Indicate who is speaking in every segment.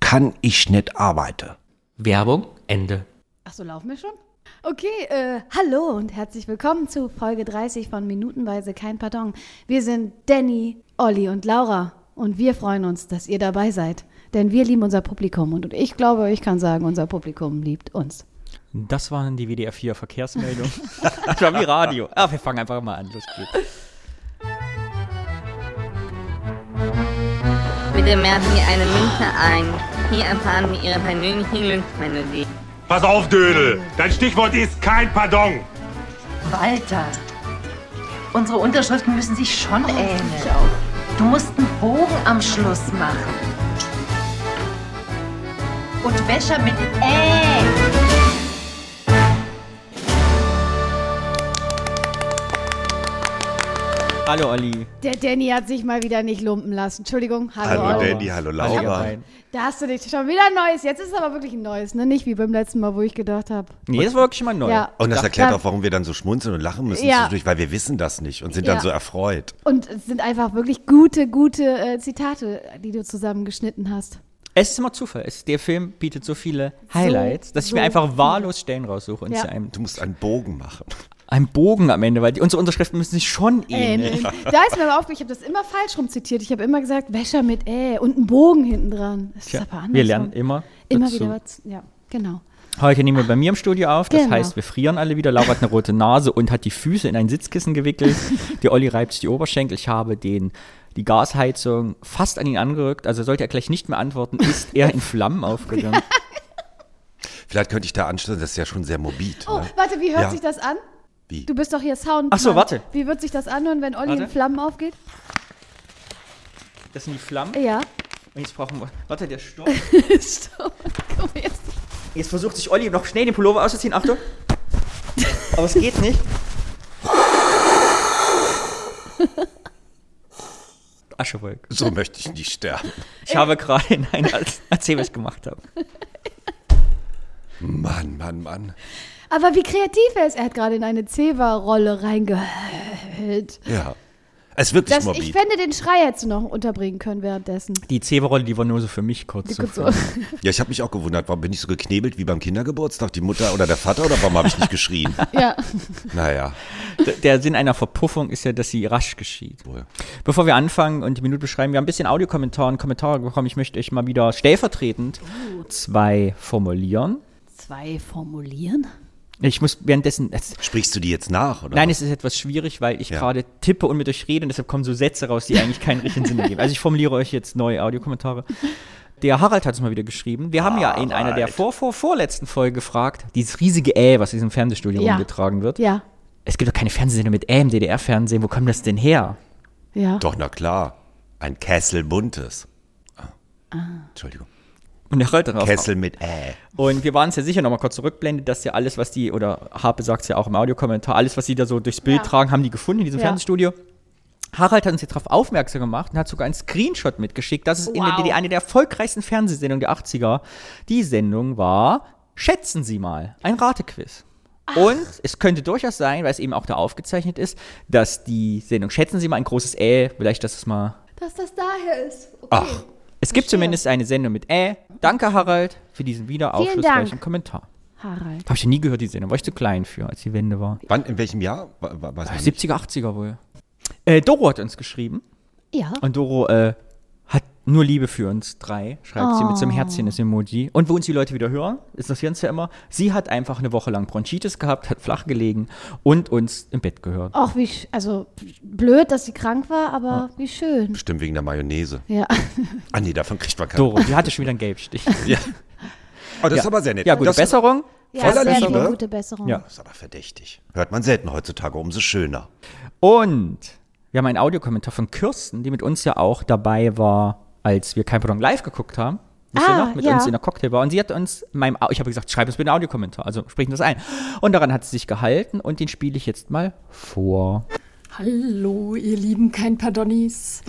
Speaker 1: kann ich nicht arbeiten.
Speaker 2: Werbung, Ende.
Speaker 3: Achso, laufen wir schon? Okay, äh, hallo und herzlich willkommen zu Folge 30 von Minutenweise Kein Pardon. Wir sind Danny, Olli und Laura und wir freuen uns, dass ihr dabei seid. Denn wir lieben unser Publikum und ich glaube, ich kann sagen, unser Publikum liebt uns.
Speaker 4: Das waren die WDR 4 Verkehrsmeldungen. das war wie Radio. Ah, wir fangen einfach mal an. Los geht's.
Speaker 5: Bitte merken Sie eine Münze ein. Hier erfahren Sie Ihre persönliche Glücksmelodie.
Speaker 6: Pass auf, Dödel. Dein Stichwort ist kein Pardon.
Speaker 7: Walter, unsere Unterschriften müssen sich schon ähneln. Du musst einen Bogen am Schluss machen. Und Wäscher mit Ä.
Speaker 4: Hallo Olli.
Speaker 3: Der Danny hat sich mal wieder nicht lumpen lassen. Entschuldigung, hallo.
Speaker 4: Laura.
Speaker 3: Olli.
Speaker 1: Danny, hallo,
Speaker 4: ihr
Speaker 1: Laura.
Speaker 4: beiden.
Speaker 3: Da hast du dich schon wieder ein neues. Jetzt ist es aber wirklich ein neues, ne? Nicht wie beim letzten Mal, wo ich gedacht habe.
Speaker 4: Nee, das war wirklich mal neu.
Speaker 3: Ja.
Speaker 1: Und das erklärt
Speaker 3: Ja.
Speaker 1: auch, warum wir dann so schmunzeln und lachen müssen
Speaker 3: Ja.
Speaker 1: zwischendurch, weil wir wissen das nicht und sind dann
Speaker 3: Ja.
Speaker 1: so erfreut.
Speaker 3: Und es sind einfach wirklich gute, gute äh, Zitate, die du zusammengeschnitten hast.
Speaker 4: Es ist immer Zufall. Es, der Film bietet so viele Highlights, dass ich
Speaker 3: so
Speaker 4: mir einfach wahllos Stellen raussuche und
Speaker 3: Ja.
Speaker 4: zu einem,
Speaker 1: Du musst einen Bogen machen.
Speaker 4: einem Bogen am Ende, weil die, unsere Unterschriften müssen sich schon ähneln.
Speaker 3: Ähnlich. Ähm, Da ist mir aber aufgefallen, ich habe das immer falsch rum zitiert. Ich habe immer gesagt, Wäscher mit Ä und einen Bogen hinten dran. Das ist
Speaker 4: Tja,
Speaker 3: aber anders.
Speaker 4: wir lernen immer
Speaker 3: Immer
Speaker 4: dazu.
Speaker 3: wieder was. Ja, genau.
Speaker 4: Heute nehmen wir bei mir im Studio auf. Das
Speaker 3: Genau.
Speaker 4: heißt, wir frieren alle wieder. Laura hat eine rote Nase und hat die Füße in ein Sitzkissen gewickelt. Der Olli reibt sich die Oberschenkel. Ich habe den, die Gasheizung fast an ihn angerückt. Also sollte er gleich nicht mehr antworten, ist er in Flammen aufgegangen.
Speaker 1: Vielleicht könnte ich da anschließen, das ist ja schon sehr morbid.
Speaker 3: Oh,
Speaker 1: ne?
Speaker 3: warte, wie hört
Speaker 1: Ja.
Speaker 3: sich das an?
Speaker 1: Wie?
Speaker 3: Du bist doch hier Sound.
Speaker 4: Ach so, warte.
Speaker 3: Wie wird sich das anhören, wenn Olli
Speaker 4: Warte.
Speaker 3: in Flammen aufgeht?
Speaker 4: Das sind die Flammen.
Speaker 3: Ja.
Speaker 4: Und jetzt brauchen wir. Warte, der Sturm.
Speaker 3: Stopp. Komm jetzt.
Speaker 4: Jetzt versucht sich Olli noch schnell den Pullover auszuziehen. Achtung. Aber es geht nicht. Aschewolk.
Speaker 1: So möchte ich nicht sterben.
Speaker 4: Ich
Speaker 3: Äh.
Speaker 4: habe gerade, nein, erzähl, was ich gemacht habe.
Speaker 1: Mann, Mann, Mann.
Speaker 3: Aber wie kreativ er ist. Er hat gerade in eine Zewa-Rolle reingehüllt.
Speaker 1: Ja. Es ist wirklich
Speaker 3: Das,
Speaker 1: morbid.
Speaker 3: ich fände, den Schrei hättest du noch unterbringen können währenddessen.
Speaker 4: Die Zeberrolle, die war nur so für mich kurz.
Speaker 3: Kurz
Speaker 4: So.
Speaker 3: so.
Speaker 1: Ja, ich habe mich auch gewundert, warum bin ich so geknebelt wie beim Kindergeburtstag? Die Mutter oder der Vater oder warum habe ich nicht geschrien?
Speaker 3: ja.
Speaker 1: Naja,
Speaker 4: D- Der Sinn einer Verpuffung ist ja, dass sie rasch geschieht.
Speaker 1: wohl.
Speaker 4: Bevor wir anfangen und die Minute beschreiben, wir haben ein bisschen Audiokommentare und Kommentare bekommen. Ich möchte euch mal wieder stellvertretend
Speaker 3: Uh.
Speaker 4: zwei formulieren.
Speaker 3: Zwei formulieren?
Speaker 4: Ich muss währenddessen. Es,
Speaker 1: Sprichst du die jetzt nach, oder?
Speaker 4: nein,
Speaker 1: was?
Speaker 4: es ist etwas schwierig, weil ich
Speaker 1: Ja.
Speaker 4: gerade tippe und mit euch rede und deshalb kommen so Sätze raus, die eigentlich keinen richtigen Sinn ergeben. Also ich formuliere euch jetzt neue Audiokommentare. Der Harald hat es mal wieder geschrieben. Wir haben ja in einer der vor, vor, vorletzten Folge gefragt, dieses riesige Äh, was in diesem Fernsehstudio
Speaker 3: Ja.
Speaker 4: rumgetragen wird.
Speaker 3: Ja.
Speaker 4: Es gibt doch keine Fernsehsender mit Ä im DDR-Fernsehen. Wo kommt das denn her?
Speaker 3: Ja.
Speaker 1: Doch, na klar. Ein Kessel buntes. Ah. Entschuldigung.
Speaker 4: Und der rollt darauf.
Speaker 1: Kessel mit Äh.
Speaker 4: Und wir waren uns ja sicher nochmal kurz zurückblendet, dass ja alles, was die, oder Harpe sagt es ja auch im Audiokommentar, alles, was sie da so durchs Bild
Speaker 3: Ja.
Speaker 4: tragen, haben die gefunden in diesem
Speaker 3: Ja.
Speaker 4: Fernsehstudio. Harald hat uns jetzt darauf aufmerksam gemacht und hat sogar einen Screenshot mitgeschickt, dass es in der
Speaker 3: Wow.
Speaker 4: DDR eine der erfolgreichsten Fernsehsendungen der 80er, die Sendung war, schätzen Sie mal, ein Ratequiz. Und es könnte durchaus sein, weil es eben auch da aufgezeichnet ist, dass die Sendung, schätzen Sie mal ein großes Äh, vielleicht, dass es mal
Speaker 3: Dass das daher ist. Okay.
Speaker 1: Ach.
Speaker 4: Es gibt zumindest eine Sendung mit Äh. Danke, Harald, für diesen wieder
Speaker 3: Vielen
Speaker 4: aufschlussreichen
Speaker 3: Dank.
Speaker 4: Kommentar.
Speaker 3: Harald.
Speaker 4: Habe ich ja nie gehört, die Sendung. War ich zu klein für, als die Wende war.
Speaker 1: Wann, in welchem Jahr? Wa- wa- Weiß man nicht.
Speaker 4: 70er, 80er wohl. Äh, Doro hat uns geschrieben.
Speaker 3: Ja.
Speaker 4: Und Doro äh, hat nur Liebe für uns drei, schreibt sie mit
Speaker 3: Oh.
Speaker 4: so einem Herzchen, das Emoji. Und wo uns die Leute wieder hören, ist das Jens ja immer. Sie hat einfach eine Woche lang Bronchitis gehabt, hat flach gelegen und uns im Bett gehört.
Speaker 3: Auch wie, sch- also blöd, dass sie krank war, aber wie schön.
Speaker 1: Bestimmt wegen der Mayonnaise.
Speaker 3: Ja.
Speaker 1: Ah, nee, davon kriegt man keine.
Speaker 4: Doro, die hatte schon wieder einen Gelbstich.
Speaker 1: Ja. Oh, das ist aber sehr nett.
Speaker 4: Ja, gute
Speaker 1: das
Speaker 4: Besserung.
Speaker 3: ja
Speaker 1: Voller
Speaker 3: sehr
Speaker 1: Liebe.
Speaker 3: viel gute Besserung.
Speaker 4: Ja.
Speaker 1: Das ist aber verdächtig. Hört man selten heutzutage, umso schöner.
Speaker 4: Und wir haben einen Audiokommentar von Kirsten, die mit uns ja auch dabei war, als wir kein Pardon live geguckt haben. wisst ihr
Speaker 3: Ah,
Speaker 4: noch, mit
Speaker 3: ja.
Speaker 4: uns in der Cocktailbar. Und sie hat uns, meinem, Au- ich habe gesagt, schreib uns bitte einen Audiokommentar, also sprich das ein. Und daran hat sie sich gehalten und den spiele ich jetzt mal vor.
Speaker 8: Hallo, ihr lieben Kein-Pardonnis.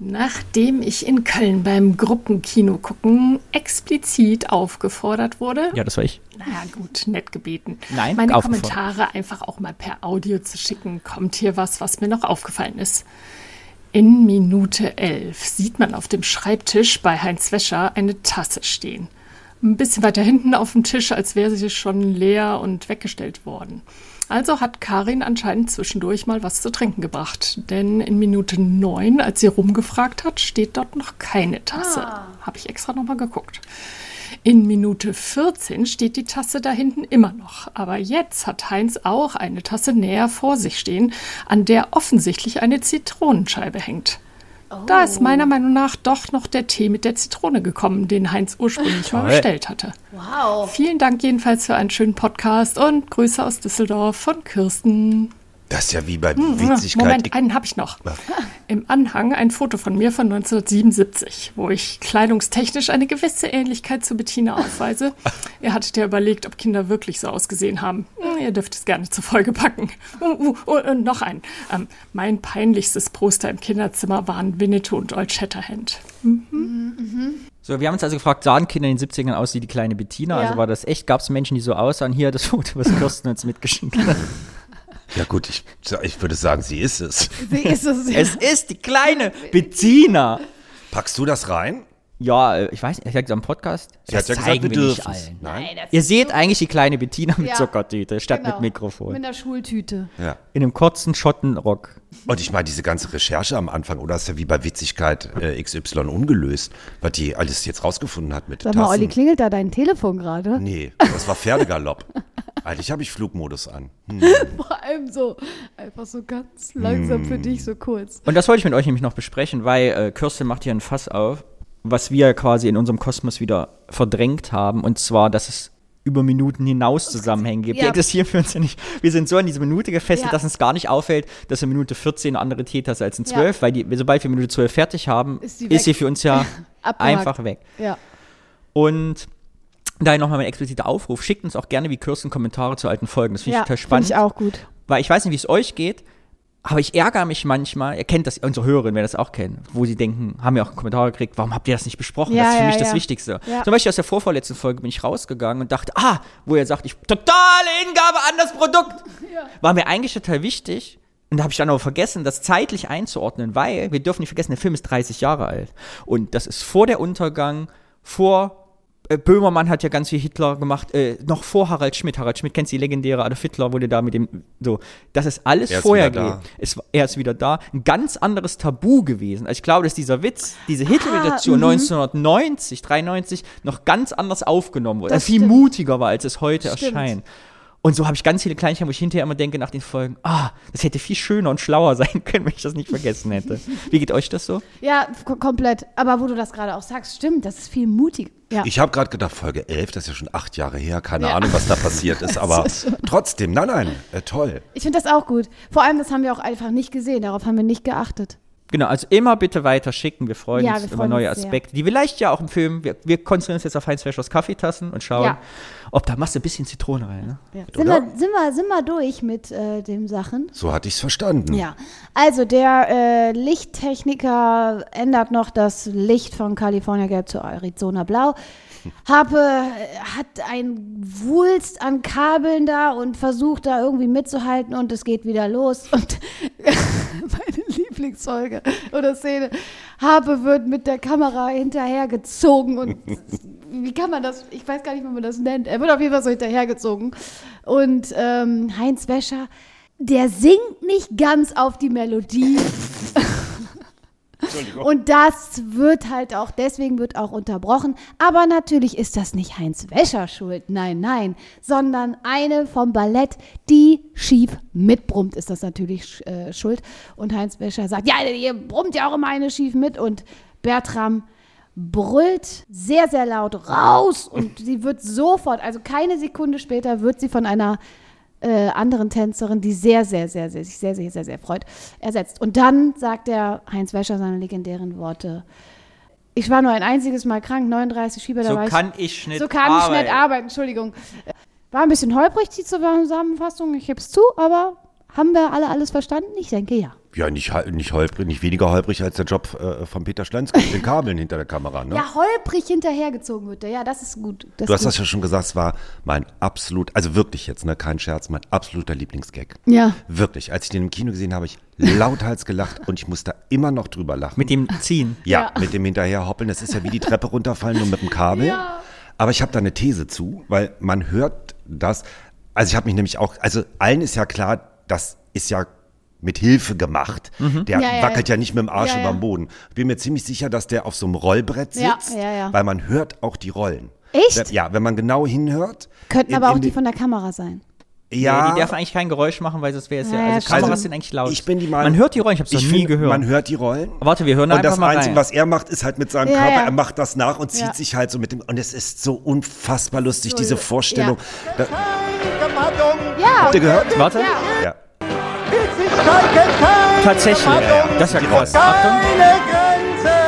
Speaker 8: Nachdem ich in Köln beim Gruppenkino gucken explizit aufgefordert wurde,
Speaker 4: Ja, das war ich.
Speaker 8: naja gut, nett gebeten,
Speaker 4: Nein,
Speaker 8: meine
Speaker 4: aufgefordert.
Speaker 8: Kommentare einfach auch mal per Audio zu schicken, kommt hier was, was mir noch aufgefallen ist. In Minute 11 sieht man auf dem Schreibtisch bei Heinz Wäscher eine Tasse stehen. Ein bisschen weiter hinten auf dem Tisch, als wäre sie schon leer und weggestellt worden. Also hat Karin anscheinend zwischendurch mal was zu trinken gebracht. Denn in Minute 9, als sie rumgefragt hat, steht dort noch keine Tasse. Habe ich extra nochmal geguckt. In Minute 14 steht die Tasse da hinten immer noch. Aber jetzt hat Heinz auch eine Tasse näher vor sich stehen, an der offensichtlich eine Zitronenscheibe hängt. Da ist meiner Meinung nach doch noch der Tee mit der Zitrone gekommen, den Heinz ursprünglich mal bestellt hatte. Wow. Vielen Dank jedenfalls für einen schönen Podcast und Grüße aus Düsseldorf von Kirsten.
Speaker 1: Das ist ja wie bei Witzigkeit.
Speaker 8: Hm, Moment,
Speaker 1: Ich-
Speaker 8: einen habe ich noch. Im Anhang ein Foto von mir von 1977, wo ich kleidungstechnisch eine gewisse Ähnlichkeit zu Bettina aufweise. Ihr hattet ja überlegt, ob Kinder wirklich so ausgesehen haben. Hm, Ihr dürft es gerne zur Folge packen. Uh, uh, uh, und noch ein. Ähm, mein peinlichstes Poster im Kinderzimmer waren Winnetou und Old Shatterhand.
Speaker 4: So, wir haben uns also gefragt, sahen Kinder in den 70ern aus wie die kleine Bettina? Also war das echt? Gab es Menschen, die so aussahen? Hier das Foto, was Kirsten uns mitgeschickt hat.
Speaker 1: Ja gut, ich, ich würde sagen, sie ist es.
Speaker 3: Sie ist es.
Speaker 4: Es ist die kleine Bettina.
Speaker 1: Packst du das rein?
Speaker 4: Ja, äh, ich weiß nicht, ich sag's am Podcast.
Speaker 1: Sie hat ja gesagt,
Speaker 4: zeigen wir nicht
Speaker 1: Bedürfnis.
Speaker 4: allen.
Speaker 1: Nein.
Speaker 4: Ihr seht eigentlich die kleine Bettina mit
Speaker 3: Ja.
Speaker 4: Zuckertüte statt mit Mikrofon.
Speaker 3: Genau. Mit einer Schultüte.
Speaker 1: Ja.
Speaker 4: In einem kurzen Schottenrock.
Speaker 1: Und ich meine, diese ganze Recherche am Anfang, oder ist ja wie bei Witzigkeit äh, XY ungelöst, was die alles jetzt rausgefunden hat mit
Speaker 3: Sag mal,
Speaker 1: Tassen.
Speaker 3: Olli, klingelt da dein Telefon gerade?
Speaker 1: Nee, das war Pferdegalopp. Eigentlich habe ich Flugmodus an. Hm.
Speaker 3: Vor allem so, einfach so ganz langsam für dich, so kurz.
Speaker 4: Und das wollte ich mit euch nämlich noch besprechen, weil äh, Kirsten macht hier ein Fass auf, was wir quasi in unserem Kosmos wieder verdrängt haben. Und zwar, dass es über Minuten hinaus Zusammenhänge gibt.
Speaker 3: Oh Ja.
Speaker 4: Ja. Das hier für uns ja nicht. Wir sind so in diese Minute gefesselt,
Speaker 3: Ja.
Speaker 4: dass uns gar nicht auffällt, dass in Minute 14 eine andere Teetasse als in
Speaker 3: Ja.
Speaker 4: 12, weil die, sobald wir Minute 12 fertig haben,
Speaker 3: Ist
Speaker 4: ist,
Speaker 3: sie weg.
Speaker 4: sie für uns ja
Speaker 3: Abgehakt.
Speaker 4: einfach weg.
Speaker 3: Ja.
Speaker 4: Und daher nochmal mein expliziter Aufruf. Schickt uns auch gerne wie Kirsten Kommentare zu alten Folgen. Das finde
Speaker 3: ja,
Speaker 4: ich total spannend.
Speaker 3: Find ich auch gut.
Speaker 4: Weil ich weiß nicht, wie es euch geht, aber ich ärgere mich manchmal, ihr kennt das, unsere Hörerinnen werden das auch kennen, wo sie denken, haben ja auch einen Kommentar gekriegt, warum habt ihr das nicht besprochen?
Speaker 3: Ja,
Speaker 4: das ist für
Speaker 3: ja,
Speaker 4: mich das
Speaker 3: ja.
Speaker 4: Wichtigste.
Speaker 3: Ja.
Speaker 4: Zum Beispiel aus der vorvorletzten Folge bin ich rausgegangen und dachte, ah, wo ihr sagt, ich totale Hingabe an das Produkt. War mir eigentlich total wichtig. Und da habe ich dann aber vergessen, das zeitlich einzuordnen, weil wir dürfen nicht vergessen, der Film ist 30 Jahre alt. Und das ist vor der Untergang, vor äh, Böhmermann hat ja ganz viel Hitler gemacht, äh, noch vor Harald Schmidt. Harald Schmidt kennst du die legendäre Adolf Hitler, wurde da mit dem, so, das ist alles
Speaker 1: Er ist
Speaker 4: vorher
Speaker 1: wieder da.
Speaker 4: gewesen. Es, war- er ist wieder da. Ein ganz anderes Tabu gewesen. Also ich glaube, dass dieser Witz, diese
Speaker 3: Ah, mhm.
Speaker 4: Hitler-Imitation 1990, 93 noch ganz anders aufgenommen wurde.
Speaker 3: Das
Speaker 4: Also viel
Speaker 3: stimmt.
Speaker 4: mutiger war, als es heute
Speaker 3: Stimmt.
Speaker 4: erscheint. Und so habe ich ganz viele Kleinigkeiten, wo ich hinterher immer denke nach den Folgen, ah, das hätte viel schöner und schlauer sein können, wenn ich das nicht vergessen hätte. Wie geht euch das so?
Speaker 3: Ja, k- komplett. Aber wo du das gerade auch sagst, stimmt, das ist viel mutiger. Ja.
Speaker 1: Ich habe gerade gedacht, Folge 11, das ist ja schon acht Jahre her, keine Ahnung, was da passiert ist, aber trotzdem, nein, nein, äh, toll.
Speaker 3: Ich finde das auch gut. Vor allem, das haben wir auch einfach nicht gesehen. Darauf haben wir nicht geachtet.
Speaker 4: Genau, also immer bitte weiter schicken. Wir freuen
Speaker 3: Ja,
Speaker 4: uns
Speaker 3: wir
Speaker 4: über
Speaker 3: freuen
Speaker 4: neue
Speaker 3: uns sehr.
Speaker 4: Aspekte, die vielleicht ja auch im Film, wir, wir konzentrieren uns jetzt auf Heinz Wäschers Kaffeetassen und schauen,
Speaker 3: Ja.
Speaker 4: ob da machst du ein bisschen Zitrone rein. Ne?
Speaker 3: Ja. Sind, wir, sind, wir, sind wir durch mit äh, dem Sachen?
Speaker 1: So hatte ich es verstanden.
Speaker 3: Ja, also der äh, Lichttechniker ändert noch das Licht von California Gelb zu Arizona Blau. Habe äh, hat ein Wulst an Kabeln da und versucht da irgendwie mitzuhalten und es geht wieder los. Und meine Lieblingsfolge oder Szene, Habe wird mit der Kamera hinterhergezogen und wie kann man das, ich weiß gar nicht, wie man das nennt. Er wird auf jeden Fall so hinterhergezogen. Und ähm, Heinz Wäscher, der singt nicht ganz auf die Melodie. Und das wird halt auch, deswegen wird auch unterbrochen. Aber natürlich ist das nicht Heinz Wäscher schuld, nein, nein, sondern eine vom Ballett, die schief mitbrummt, ist das natürlich äh, schuld. Und Heinz Wäscher sagt, ja, ihr brummt ja auch immer eine schief mit. Und Bertram brüllt sehr, sehr laut raus und sie wird sofort, also keine Sekunde später, wird sie von einer äh, anderen Tänzerin, die sehr, sehr, sehr, sehr, sich sehr, sehr, sehr, sehr freut, ersetzt. Und dann sagt der Heinz Wäscher seine legendären Worte. Ich war nur ein einziges Mal krank, 39 Fieber, da
Speaker 4: So
Speaker 3: war ich
Speaker 4: kann ich Schnitt
Speaker 3: so kann ich nicht arbeiten, Entschuldigung. War ein bisschen holprig, die Zusammenfassung, ich gebe es zu, aber haben wir alle alles verstanden? Ich denke ja.
Speaker 1: Ja, nicht, hal- nicht, holprig, nicht weniger holprig als der Job äh, von Peter Schlenz mit den Kabeln hinter der Kamera. Ne?
Speaker 3: Ja, holprig hinterhergezogen wird der. Ja, das ist gut. Das
Speaker 1: Du hast
Speaker 3: ist
Speaker 1: das
Speaker 3: gut.
Speaker 1: ja schon gesagt, es war mein absolut, also wirklich jetzt, ne, kein Scherz, mein absoluter Lieblingsgag.
Speaker 3: Ja.
Speaker 1: Wirklich, als ich den im Kino gesehen habe, habe ich lauthals gelacht und ich muss da immer noch drüber lachen.
Speaker 4: Mit dem Ziehen.
Speaker 1: ja, mit dem hinterherhoppeln, das ist ja wie die Treppe runterfallen, nur mit dem Kabel. Aber ich habe da eine These zu, weil man hört das, also ich habe mich nämlich auch, also allen ist ja klar, das ist ja mit Hilfe gemacht. Der
Speaker 3: Mhm. Ja, ja,
Speaker 1: wackelt ja.
Speaker 3: ja.
Speaker 1: nicht mit dem Arsch
Speaker 3: Ja, ja.
Speaker 1: überm Boden. Ich bin mir ziemlich sicher, dass der auf so einem Rollbrett
Speaker 3: Ja,
Speaker 1: sitzt,
Speaker 3: ja, ja.
Speaker 1: weil man hört auch die Rollen.
Speaker 3: Echt?
Speaker 1: Ja, wenn man genau hinhört.
Speaker 3: Könnten
Speaker 1: in-
Speaker 3: aber auch
Speaker 1: in
Speaker 3: die
Speaker 1: den-
Speaker 3: von der Kamera sein.
Speaker 1: ja,
Speaker 4: Nee, die dürfen eigentlich kein Geräusch machen, weil sonst wäre es ja.
Speaker 3: Naja,
Speaker 4: Also Kameras
Speaker 3: stimmt.
Speaker 4: sind eigentlich laut.
Speaker 1: Ich bin die Meinung.
Speaker 4: Man hört die Rollen, ich habe es noch
Speaker 1: ich
Speaker 4: nie
Speaker 1: finde,
Speaker 4: gehört.
Speaker 1: Man hört die Rollen.
Speaker 4: Warte, wir hören
Speaker 1: Und
Speaker 4: einfach
Speaker 1: das
Speaker 4: mal rein.
Speaker 1: Einzige, was er macht, ist halt mit seinem
Speaker 3: Ja,
Speaker 1: Körper,
Speaker 3: ja.
Speaker 1: er macht das nach und zieht
Speaker 3: Ja.
Speaker 1: sich halt so mit dem. Und es ist so unfassbar lustig,
Speaker 3: So,
Speaker 1: diese
Speaker 3: ja.
Speaker 1: Vorstellung. Da,
Speaker 3: Ja,
Speaker 1: habt ihr gehört?
Speaker 4: Warte.
Speaker 3: ja.
Speaker 1: Ja.
Speaker 4: Tatsächlich. Das ist ja
Speaker 1: Die
Speaker 4: krass.
Speaker 1: Rollen.
Speaker 4: Achtung.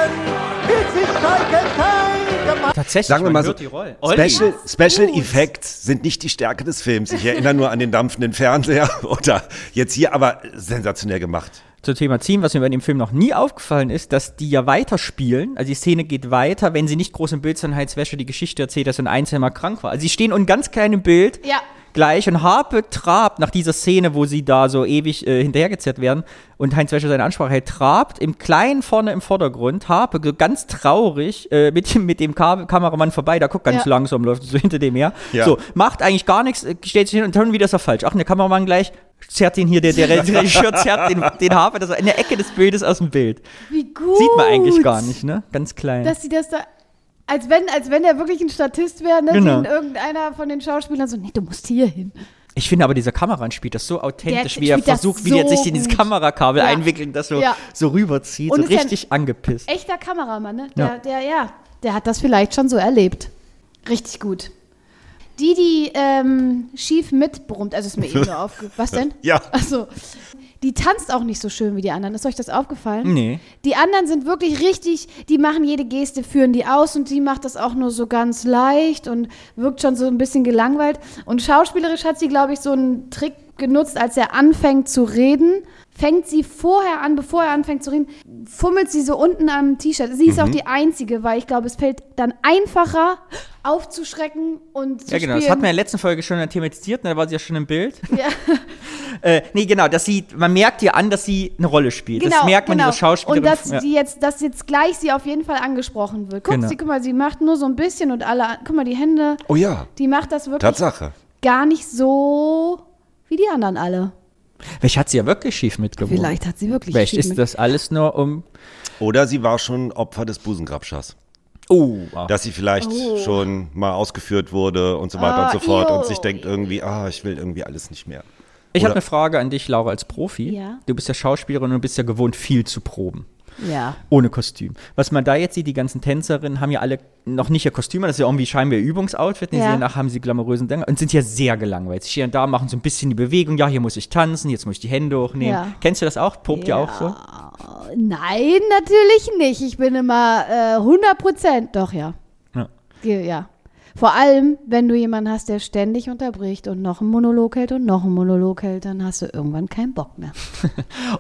Speaker 4: Tatsächlich,
Speaker 1: Sagen wir
Speaker 4: man
Speaker 1: mal so,
Speaker 4: hört die Rollen. Olli.
Speaker 1: Special, Special Effects sind nicht die Stärke des Films. Ich erinnere nur an den dampfenden Fernseher oder jetzt hier, aber sensationell gemacht.
Speaker 4: zum Thema Ziehen, was mir bei dem Film noch nie aufgefallen ist, dass die ja weiterspielen. Also die Szene geht weiter, wenn sie nicht groß im Bild sind, als Wäsche die Geschichte erzählt, dass so ein Einzelner mal krank war. Also sie stehen in ganz kleinem Bild
Speaker 3: Ja.
Speaker 4: gleich und Harpe trabt nach dieser Szene, wo sie da so ewig äh, hinterhergezerrt werden und Heinz Wäsche seine Ansprache hält, trabt im Kleinen vorne im Vordergrund, Harpe so ganz traurig äh, mit, dem- mit dem Ka Kameramann vorbei, da guckt ganz
Speaker 3: Ja.
Speaker 4: langsam, läuft so hinter dem her.
Speaker 1: Ja.
Speaker 4: So, macht eigentlich gar nichts, äh, stellt sich hin und dann wieder ist er falsch. Ach, und der Kameramann gleich zerrt den hier, der, der, der Regisseur zerrt den, den Harpe, das ist in der Ecke des Bildes aus dem Bild.
Speaker 3: Wie gut.
Speaker 4: Sieht man eigentlich gar nicht, ne? Ganz klein.
Speaker 3: Dass sie das da. Als wenn, als wenn er wirklich ein Statist wäre, ne?
Speaker 4: Genau.
Speaker 3: Den irgendeiner von den Schauspielern so, nee, du musst hier hin.
Speaker 4: ich finde aber, dieser Kameramann spielt das so authentisch,
Speaker 3: Der
Speaker 4: wie er
Speaker 3: spielt das
Speaker 4: versucht, wie er
Speaker 3: so
Speaker 4: sich in dieses
Speaker 3: gut.
Speaker 4: Kamerakabel
Speaker 3: Ja.
Speaker 4: einwickelt, das so,
Speaker 3: Ja.
Speaker 4: so rüberzieht,
Speaker 3: Und
Speaker 4: so
Speaker 3: ist ja ein-
Speaker 4: richtig angepisst.
Speaker 3: Echter Kameramann, ne? Der,
Speaker 4: Ja.
Speaker 3: ja. der, ja, der hat das vielleicht schon so erlebt. Richtig gut. Die, die ähm, schief mitbrummt, also ist mir eben so aufge... Was denn?
Speaker 1: Ja.
Speaker 3: Also, die tanzt auch nicht so schön wie die anderen. Ist euch das aufgefallen?
Speaker 4: Nee.
Speaker 3: Die anderen sind wirklich richtig, die machen jede Geste, führen die aus und die macht das auch nur so ganz leicht und wirkt schon so ein bisschen gelangweilt. Und schauspielerisch hat sie, glaube ich, so einen Trick genutzt, als er anfängt zu reden. Fängt sie vorher an, bevor er anfängt zu reden, fummelt sie so unten am T-Shirt. Sie
Speaker 4: Mhm.
Speaker 3: ist auch die Einzige, weil ich glaube, es fällt dann einfacher, aufzuschrecken und zu
Speaker 4: Ja, genau. Das
Speaker 3: spielen.
Speaker 4: hatten wir in der letzten Folge schon thematisiert, ne? da war sie ja schon im Bild. äh, nee, genau, dass sie, man merkt ihr an, dass sie eine Rolle spielt. das merkt man
Speaker 3: genau.
Speaker 4: dieser Schauspielerin.
Speaker 3: Und dass,
Speaker 4: ja.
Speaker 3: die jetzt, dass jetzt gleich sie auf jeden Fall angesprochen wird. Guck,
Speaker 4: Genau.
Speaker 3: sie, guck mal, sie macht nur so ein bisschen und alle, an- guck mal, die Hände,
Speaker 1: Oh ja,
Speaker 3: die macht das wirklich
Speaker 1: Tatsache.
Speaker 3: gar nicht so wie die anderen alle.
Speaker 4: Vielleicht hat sie ja wirklich schief mitgewohnt.
Speaker 3: Vielleicht hat sie wirklich
Speaker 4: Vielleicht
Speaker 3: schief
Speaker 4: ist
Speaker 3: mit-
Speaker 4: das alles nur um.
Speaker 1: Oder sie war schon Opfer des Busengrabschers.
Speaker 4: Oh,
Speaker 1: dass sie vielleicht schon mal ausgeführt wurde und so weiter und
Speaker 3: Oh. Ah,
Speaker 1: so fort
Speaker 3: ew.
Speaker 1: und sich denkt irgendwie, ah, ich will irgendwie alles nicht mehr.
Speaker 4: ich habe
Speaker 1: oder-
Speaker 4: eine Frage an dich, Laura, als Profi.
Speaker 3: Ja.
Speaker 4: Du bist ja Schauspielerin und du bist ja gewohnt, viel zu proben.
Speaker 3: Ja.
Speaker 4: Ohne Kostüm. Was man da jetzt sieht, die ganzen Tänzerinnen haben ja alle noch nicht ihr Kostüm, an, das ist ja irgendwie scheinbar ihr Übungsoutfit.
Speaker 3: Ja.
Speaker 4: Ja. Danach haben sie glamourösen Dinger und sind ja sehr gelangweilt. Sie stehen da, machen so ein bisschen die Bewegung. Ja, hier muss ich tanzen, jetzt muss ich die Hände hochnehmen.
Speaker 3: Ja.
Speaker 4: Kennst du das auch? Probt ihr auch so?
Speaker 3: Nein, natürlich nicht. Ich bin immer äh, 100 Prozent. Doch, ja.
Speaker 4: Ja.
Speaker 3: Ge- Ja. Vor allem, wenn du jemanden hast, der ständig unterbricht und noch einen Monolog hält und noch einen Monolog hält, dann hast du irgendwann keinen Bock mehr.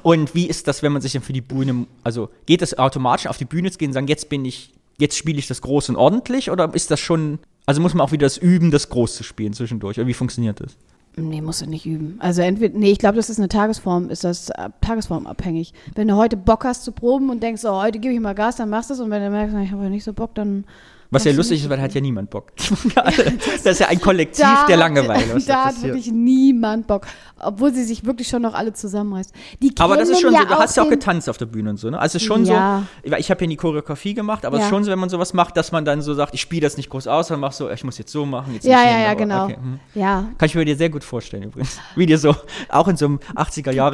Speaker 4: Und wie ist das, wenn man sich dann für die Bühne, also geht das automatisch auf die Bühne zu gehen und sagen, jetzt bin ich, jetzt spiele ich das groß und ordentlich oder ist das schon, also muss man auch wieder das üben, das groß zu spielen zwischendurch? Oder wie funktioniert das?
Speaker 3: Nee, musst du nicht üben. Also entweder, nee, ich glaube, das ist eine Tagesform, ist das äh, tagesformabhängig. Wenn du heute Bock hast zu proben und denkst, oh, heute gebe ich mal Gas, dann machst du es und wenn du merkst, na, ich habe heute nicht so Bock, dann.
Speaker 4: Was ja
Speaker 3: machst du
Speaker 4: lustig
Speaker 3: nicht.
Speaker 4: ist, weil hat ja niemand Bock. das ist ja ein Kollektiv der Langeweile. was
Speaker 3: Da hat
Speaker 4: passiert.
Speaker 3: wirklich niemand Bock. Obwohl sie sich wirklich schon noch alle zusammenreißt. Die
Speaker 4: Aber das ist schon
Speaker 3: kennen ja
Speaker 4: so, du hast ja auch
Speaker 3: den-
Speaker 4: getanzt auf der Bühne und so, ne? Also es ist schon
Speaker 3: Ja.
Speaker 4: so, ich habe ja nie Choreografie gemacht, aber es
Speaker 3: Ja.
Speaker 4: ist schon so, wenn man sowas macht, dass man dann so sagt, ich spiele das nicht groß aus, sondern mach so, ich muss jetzt so machen, jetzt
Speaker 3: Ja,
Speaker 4: nicht
Speaker 3: ja,
Speaker 4: hin,
Speaker 3: ja,
Speaker 4: aber-
Speaker 3: genau.
Speaker 4: okay, hm.
Speaker 3: Ja.
Speaker 4: Kann ich mir dir sehr gut vorstellen übrigens. Wie dir so, auch in so einem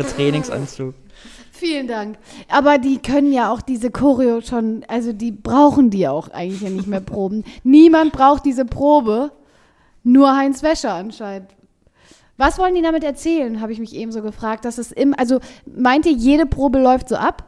Speaker 4: 80er-Jahre-Trainingsanzug.
Speaker 3: Vielen Dank. Aber die können ja auch diese Choreo schon, also die brauchen die auch eigentlich ja nicht mehr proben. Niemand braucht diese Probe, nur Heinz Wäscher anscheinend. Was wollen die damit erzählen, habe ich mich eben so gefragt. Dass es im, also meint ihr, jede Probe läuft so ab?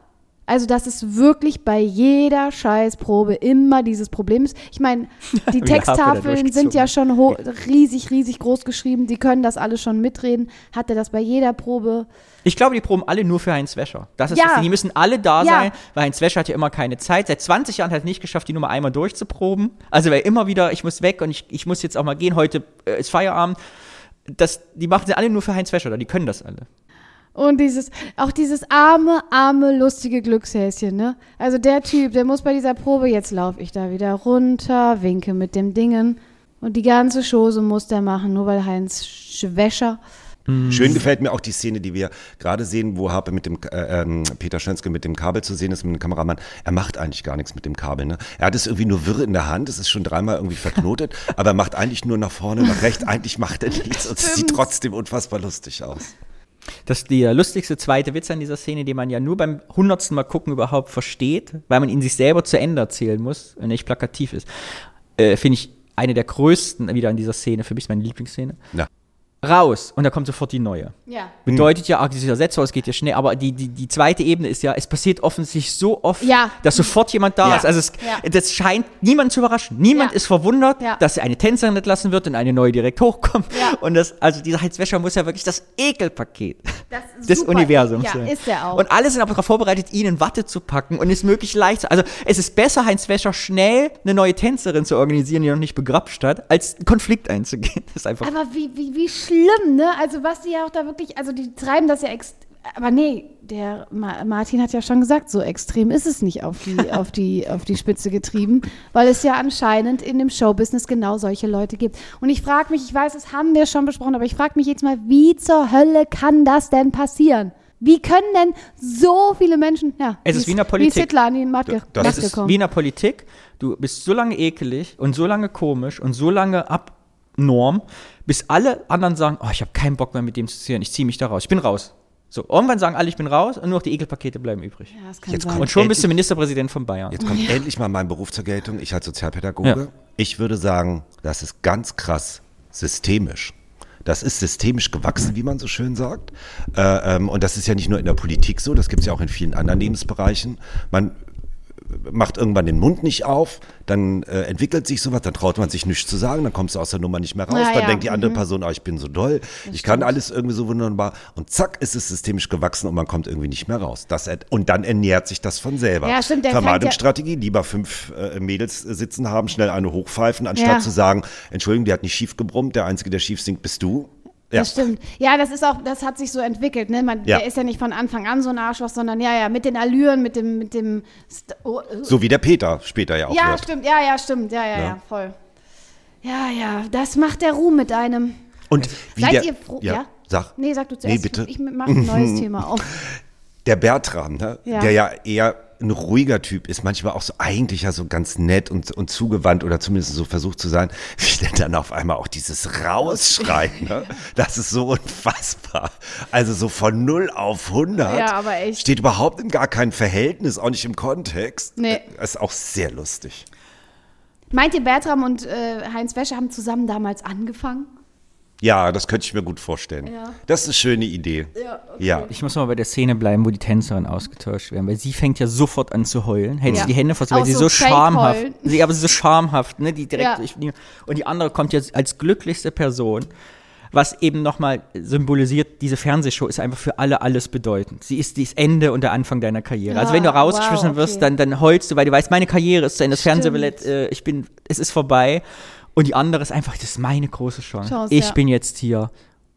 Speaker 3: Also, dass es wirklich bei jeder Scheißprobe immer dieses Problem ist. Ich meine, die
Speaker 4: Wie Harpe da
Speaker 3: Texttafeln sind ja schon ho- riesig, riesig groß geschrieben. Die können das alle schon mitreden. Hat er das bei jeder Probe?
Speaker 4: Ich glaube, die proben alle nur für Heinz Wäscher. Das ist
Speaker 3: Ja.
Speaker 4: das Ding. Die müssen alle da
Speaker 3: Ja.
Speaker 4: sein, weil Heinz Wäscher hat ja immer keine Zeit. Seit 20 Jahren hat er nicht geschafft, die Nummer einmal durchzuproben. Also weil immer wieder, ich muss weg und ich, ich muss jetzt auch mal gehen. Heute äh, ist Feierabend. Das, die machen sie alle nur für Heinz Wäscher da. Die können das alle.
Speaker 3: Und dieses, auch dieses arme, arme, lustige Glückshäschen, ne? Also der Typ, der muss bei dieser Probe, jetzt laufe ich da wieder runter, winke mit dem Dingen. Und die ganze Chose muss der machen, nur weil Heinz Schwächer. Mhm.
Speaker 1: Schön gefällt mir auch die Szene, die wir gerade sehen, wo Harpe mit dem äh, ähm, Peter Schönske mit dem Kabel zu sehen ist, mit dem Kameramann. Er macht eigentlich gar nichts mit dem Kabel. Ne? Er hat es irgendwie nur wirr in der Hand. Es ist schon dreimal irgendwie verknotet, aber er macht eigentlich nur nach vorne, nach rechts. Eigentlich macht er nichts und es sieht trotzdem unfassbar lustig aus.
Speaker 4: Das der lustigste zweite Witz an dieser Szene, den man ja nur beim hundertsten Mal gucken überhaupt versteht, weil man ihn sich selber zu Ende erzählen muss und nicht plakativ ist. Äh, Finde ich eine der größten wieder in dieser Szene. Für mich ist meine Lieblingsszene.
Speaker 1: Ja.
Speaker 4: Raus und da kommt sofort die neue.
Speaker 3: Ja.
Speaker 4: Bedeutet ja, ah, dieser Setzer, es geht ja schnell, aber die, die, die zweite Ebene ist ja, es passiert offensichtlich so oft,
Speaker 3: Ja.
Speaker 4: dass sofort jemand da
Speaker 1: Ja.
Speaker 4: ist. Also es,
Speaker 3: Ja.
Speaker 4: das scheint niemand zu überraschen. Niemand
Speaker 3: Ja.
Speaker 4: ist verwundert,
Speaker 3: Ja.
Speaker 4: dass eine Tänzerin entlassen wird und eine neue direkt hochkommt.
Speaker 3: Ja.
Speaker 4: Und das, also dieser Heizwäscher muss ja wirklich das Ekelpaket
Speaker 3: Das
Speaker 4: des Universums
Speaker 3: Ja,
Speaker 4: sein.
Speaker 3: ist er auch.
Speaker 4: Und alle sind aber darauf vorbereitet, ihn in Watte zu packen und es möglichst leicht zu. Also es ist besser, Heinz Wäscher schnell eine neue Tänzerin zu organisieren, die noch nicht begrapscht hat, als einen Konflikt einzugehen. Das ist einfach
Speaker 3: Aber wie, wie, wie schlimm, ne? Also was die ja auch da wirklich, also die treiben das ja ex. Aber nee, der Ma Martin hat ja schon gesagt, so extrem ist es nicht auf die, auf, die, auf die Spitze getrieben, weil es ja anscheinend in dem Showbusiness genau solche Leute gibt. Und ich frage mich, ich weiß, das haben wir schon besprochen, aber ich frage mich jetzt mal, wie zur Hölle kann das denn passieren? Wie können denn so viele Menschen, ja,
Speaker 4: Es ist wie in der
Speaker 3: Wie
Speaker 4: Politik.
Speaker 3: Hitler an die Macht, ge
Speaker 1: Das
Speaker 3: Macht
Speaker 1: ist
Speaker 3: gekommen.
Speaker 4: Wie in der Politik, du bist so lange ekelig und so lange komisch und so lange abnorm, bis alle anderen sagen, oh, ich habe keinen Bock mehr mit dem zu ziehen, ich ziehe mich da raus, ich bin raus. So, irgendwann sagen alle, ich bin raus und nur noch die Ekelpakete bleiben übrig.
Speaker 3: ja, das kann
Speaker 1: Jetzt
Speaker 3: sein.
Speaker 1: kommt-
Speaker 4: Und schon bist
Speaker 1: endlich-
Speaker 4: du Ministerpräsident von Bayern.
Speaker 1: Jetzt kommt endlich mal mein Beruf zur Geltung. Ich als Sozialpädagoge.
Speaker 4: Ja.
Speaker 1: Ich würde sagen, das ist ganz krass systemisch. Das ist systemisch gewachsen, wie man so schön sagt. Äh, ähm, und das ist ja nicht nur in der Politik so, das gibt es ja auch in vielen anderen Lebensbereichen. Man äh, macht irgendwann den Mund nicht auf, dann äh, entwickelt sich sowas, dann traut man sich nichts zu sagen, dann kommst du aus der Nummer nicht mehr raus,
Speaker 3: Ja,
Speaker 1: dann
Speaker 3: ja, Mhm.
Speaker 1: denkt die andere Person, ah, ich bin so doll, ich kann alles irgendwie so wunderbar und zack ist es systemisch gewachsen und man kommt irgendwie nicht mehr raus. Das, ent- und dann ernährt sich das von selber.
Speaker 3: Ja, stimmt, der fängt ja-
Speaker 1: Vermeidungsstrategie, lieber fünf äh, Mädels äh, sitzen haben, schnell eine hochpfeifen, anstatt
Speaker 3: Ja.
Speaker 1: zu sagen, Entschuldigung, die hat nicht schief gebrummt, der Einzige, der schief singt, bist du. Ja.
Speaker 3: Das stimmt. Ja, das ist auch, das hat sich so entwickelt. Ne? Man,
Speaker 1: Ja.
Speaker 3: Der ist ja nicht von Anfang an so ein Arschloch, sondern ja, ja, mit den Allüren, mit dem, mit dem. St oh, äh,
Speaker 1: So wie der Peter später ja auch
Speaker 3: ja,
Speaker 1: wird.
Speaker 3: stimmt, ja, ja, stimmt, ja, ja, ja, voll. Ja, ja, das macht der Ruhm mit einem.
Speaker 1: Und wie
Speaker 3: Seid
Speaker 1: der,
Speaker 3: ihr froh?
Speaker 1: Ja, Sag.
Speaker 3: Nee, sag du zuerst.
Speaker 1: Nee, bitte.
Speaker 3: Ich, ich mache ein neues Thema auf.
Speaker 1: der Bertram, ne?
Speaker 3: Ja.
Speaker 1: der ja eher ein ruhiger Typ ist, manchmal auch so eigentlich ja so ganz nett und, und zugewandt oder zumindest so versucht zu sein, wie der dann auf einmal auch dieses Rausschreien, ne? das ist so unfassbar. Also so von 0 auf 100
Speaker 3: Ja, aber echt.
Speaker 1: steht überhaupt in gar keinem Verhältnis, auch nicht im Kontext.
Speaker 3: Nee.
Speaker 1: Ist auch sehr lustig.
Speaker 3: Meint ihr, Bertram und äh, Heinz Wäsche haben zusammen damals angefangen?
Speaker 1: Ja, das könnte ich mir gut vorstellen. Das ist eine schöne Idee. Ja, ja.
Speaker 4: Ich muss mal bei der Szene bleiben, wo die Tänzerin ausgetauscht werden, weil sie fängt ja sofort an zu heulen, hält
Speaker 3: Ja.
Speaker 4: sich die Hände fast, weil
Speaker 3: Auch
Speaker 4: sie
Speaker 3: so
Speaker 4: so
Speaker 3: fake
Speaker 4: schamhaft,
Speaker 3: heulen.
Speaker 4: sie aber so schamhaft, ne, die direkt
Speaker 3: Ja.
Speaker 4: ich, und die andere kommt jetzt als glücklichste Person, was eben nochmal symbolisiert, diese Fernsehshow ist einfach für alle alles bedeutend. Sie ist das Ende und der Anfang deiner Karriere. also wenn du
Speaker 3: Ah, wow,
Speaker 4: rausgeschmissen wirst,
Speaker 3: okay.
Speaker 4: dann, dann heulst du, weil du weißt, meine Karriere ist zu Ende, das Fernsehballett, äh, ich bin, es ist vorbei. Und die andere ist einfach, das ist meine große Chance.
Speaker 3: Chance,
Speaker 4: ich
Speaker 3: ja.
Speaker 4: bin jetzt hier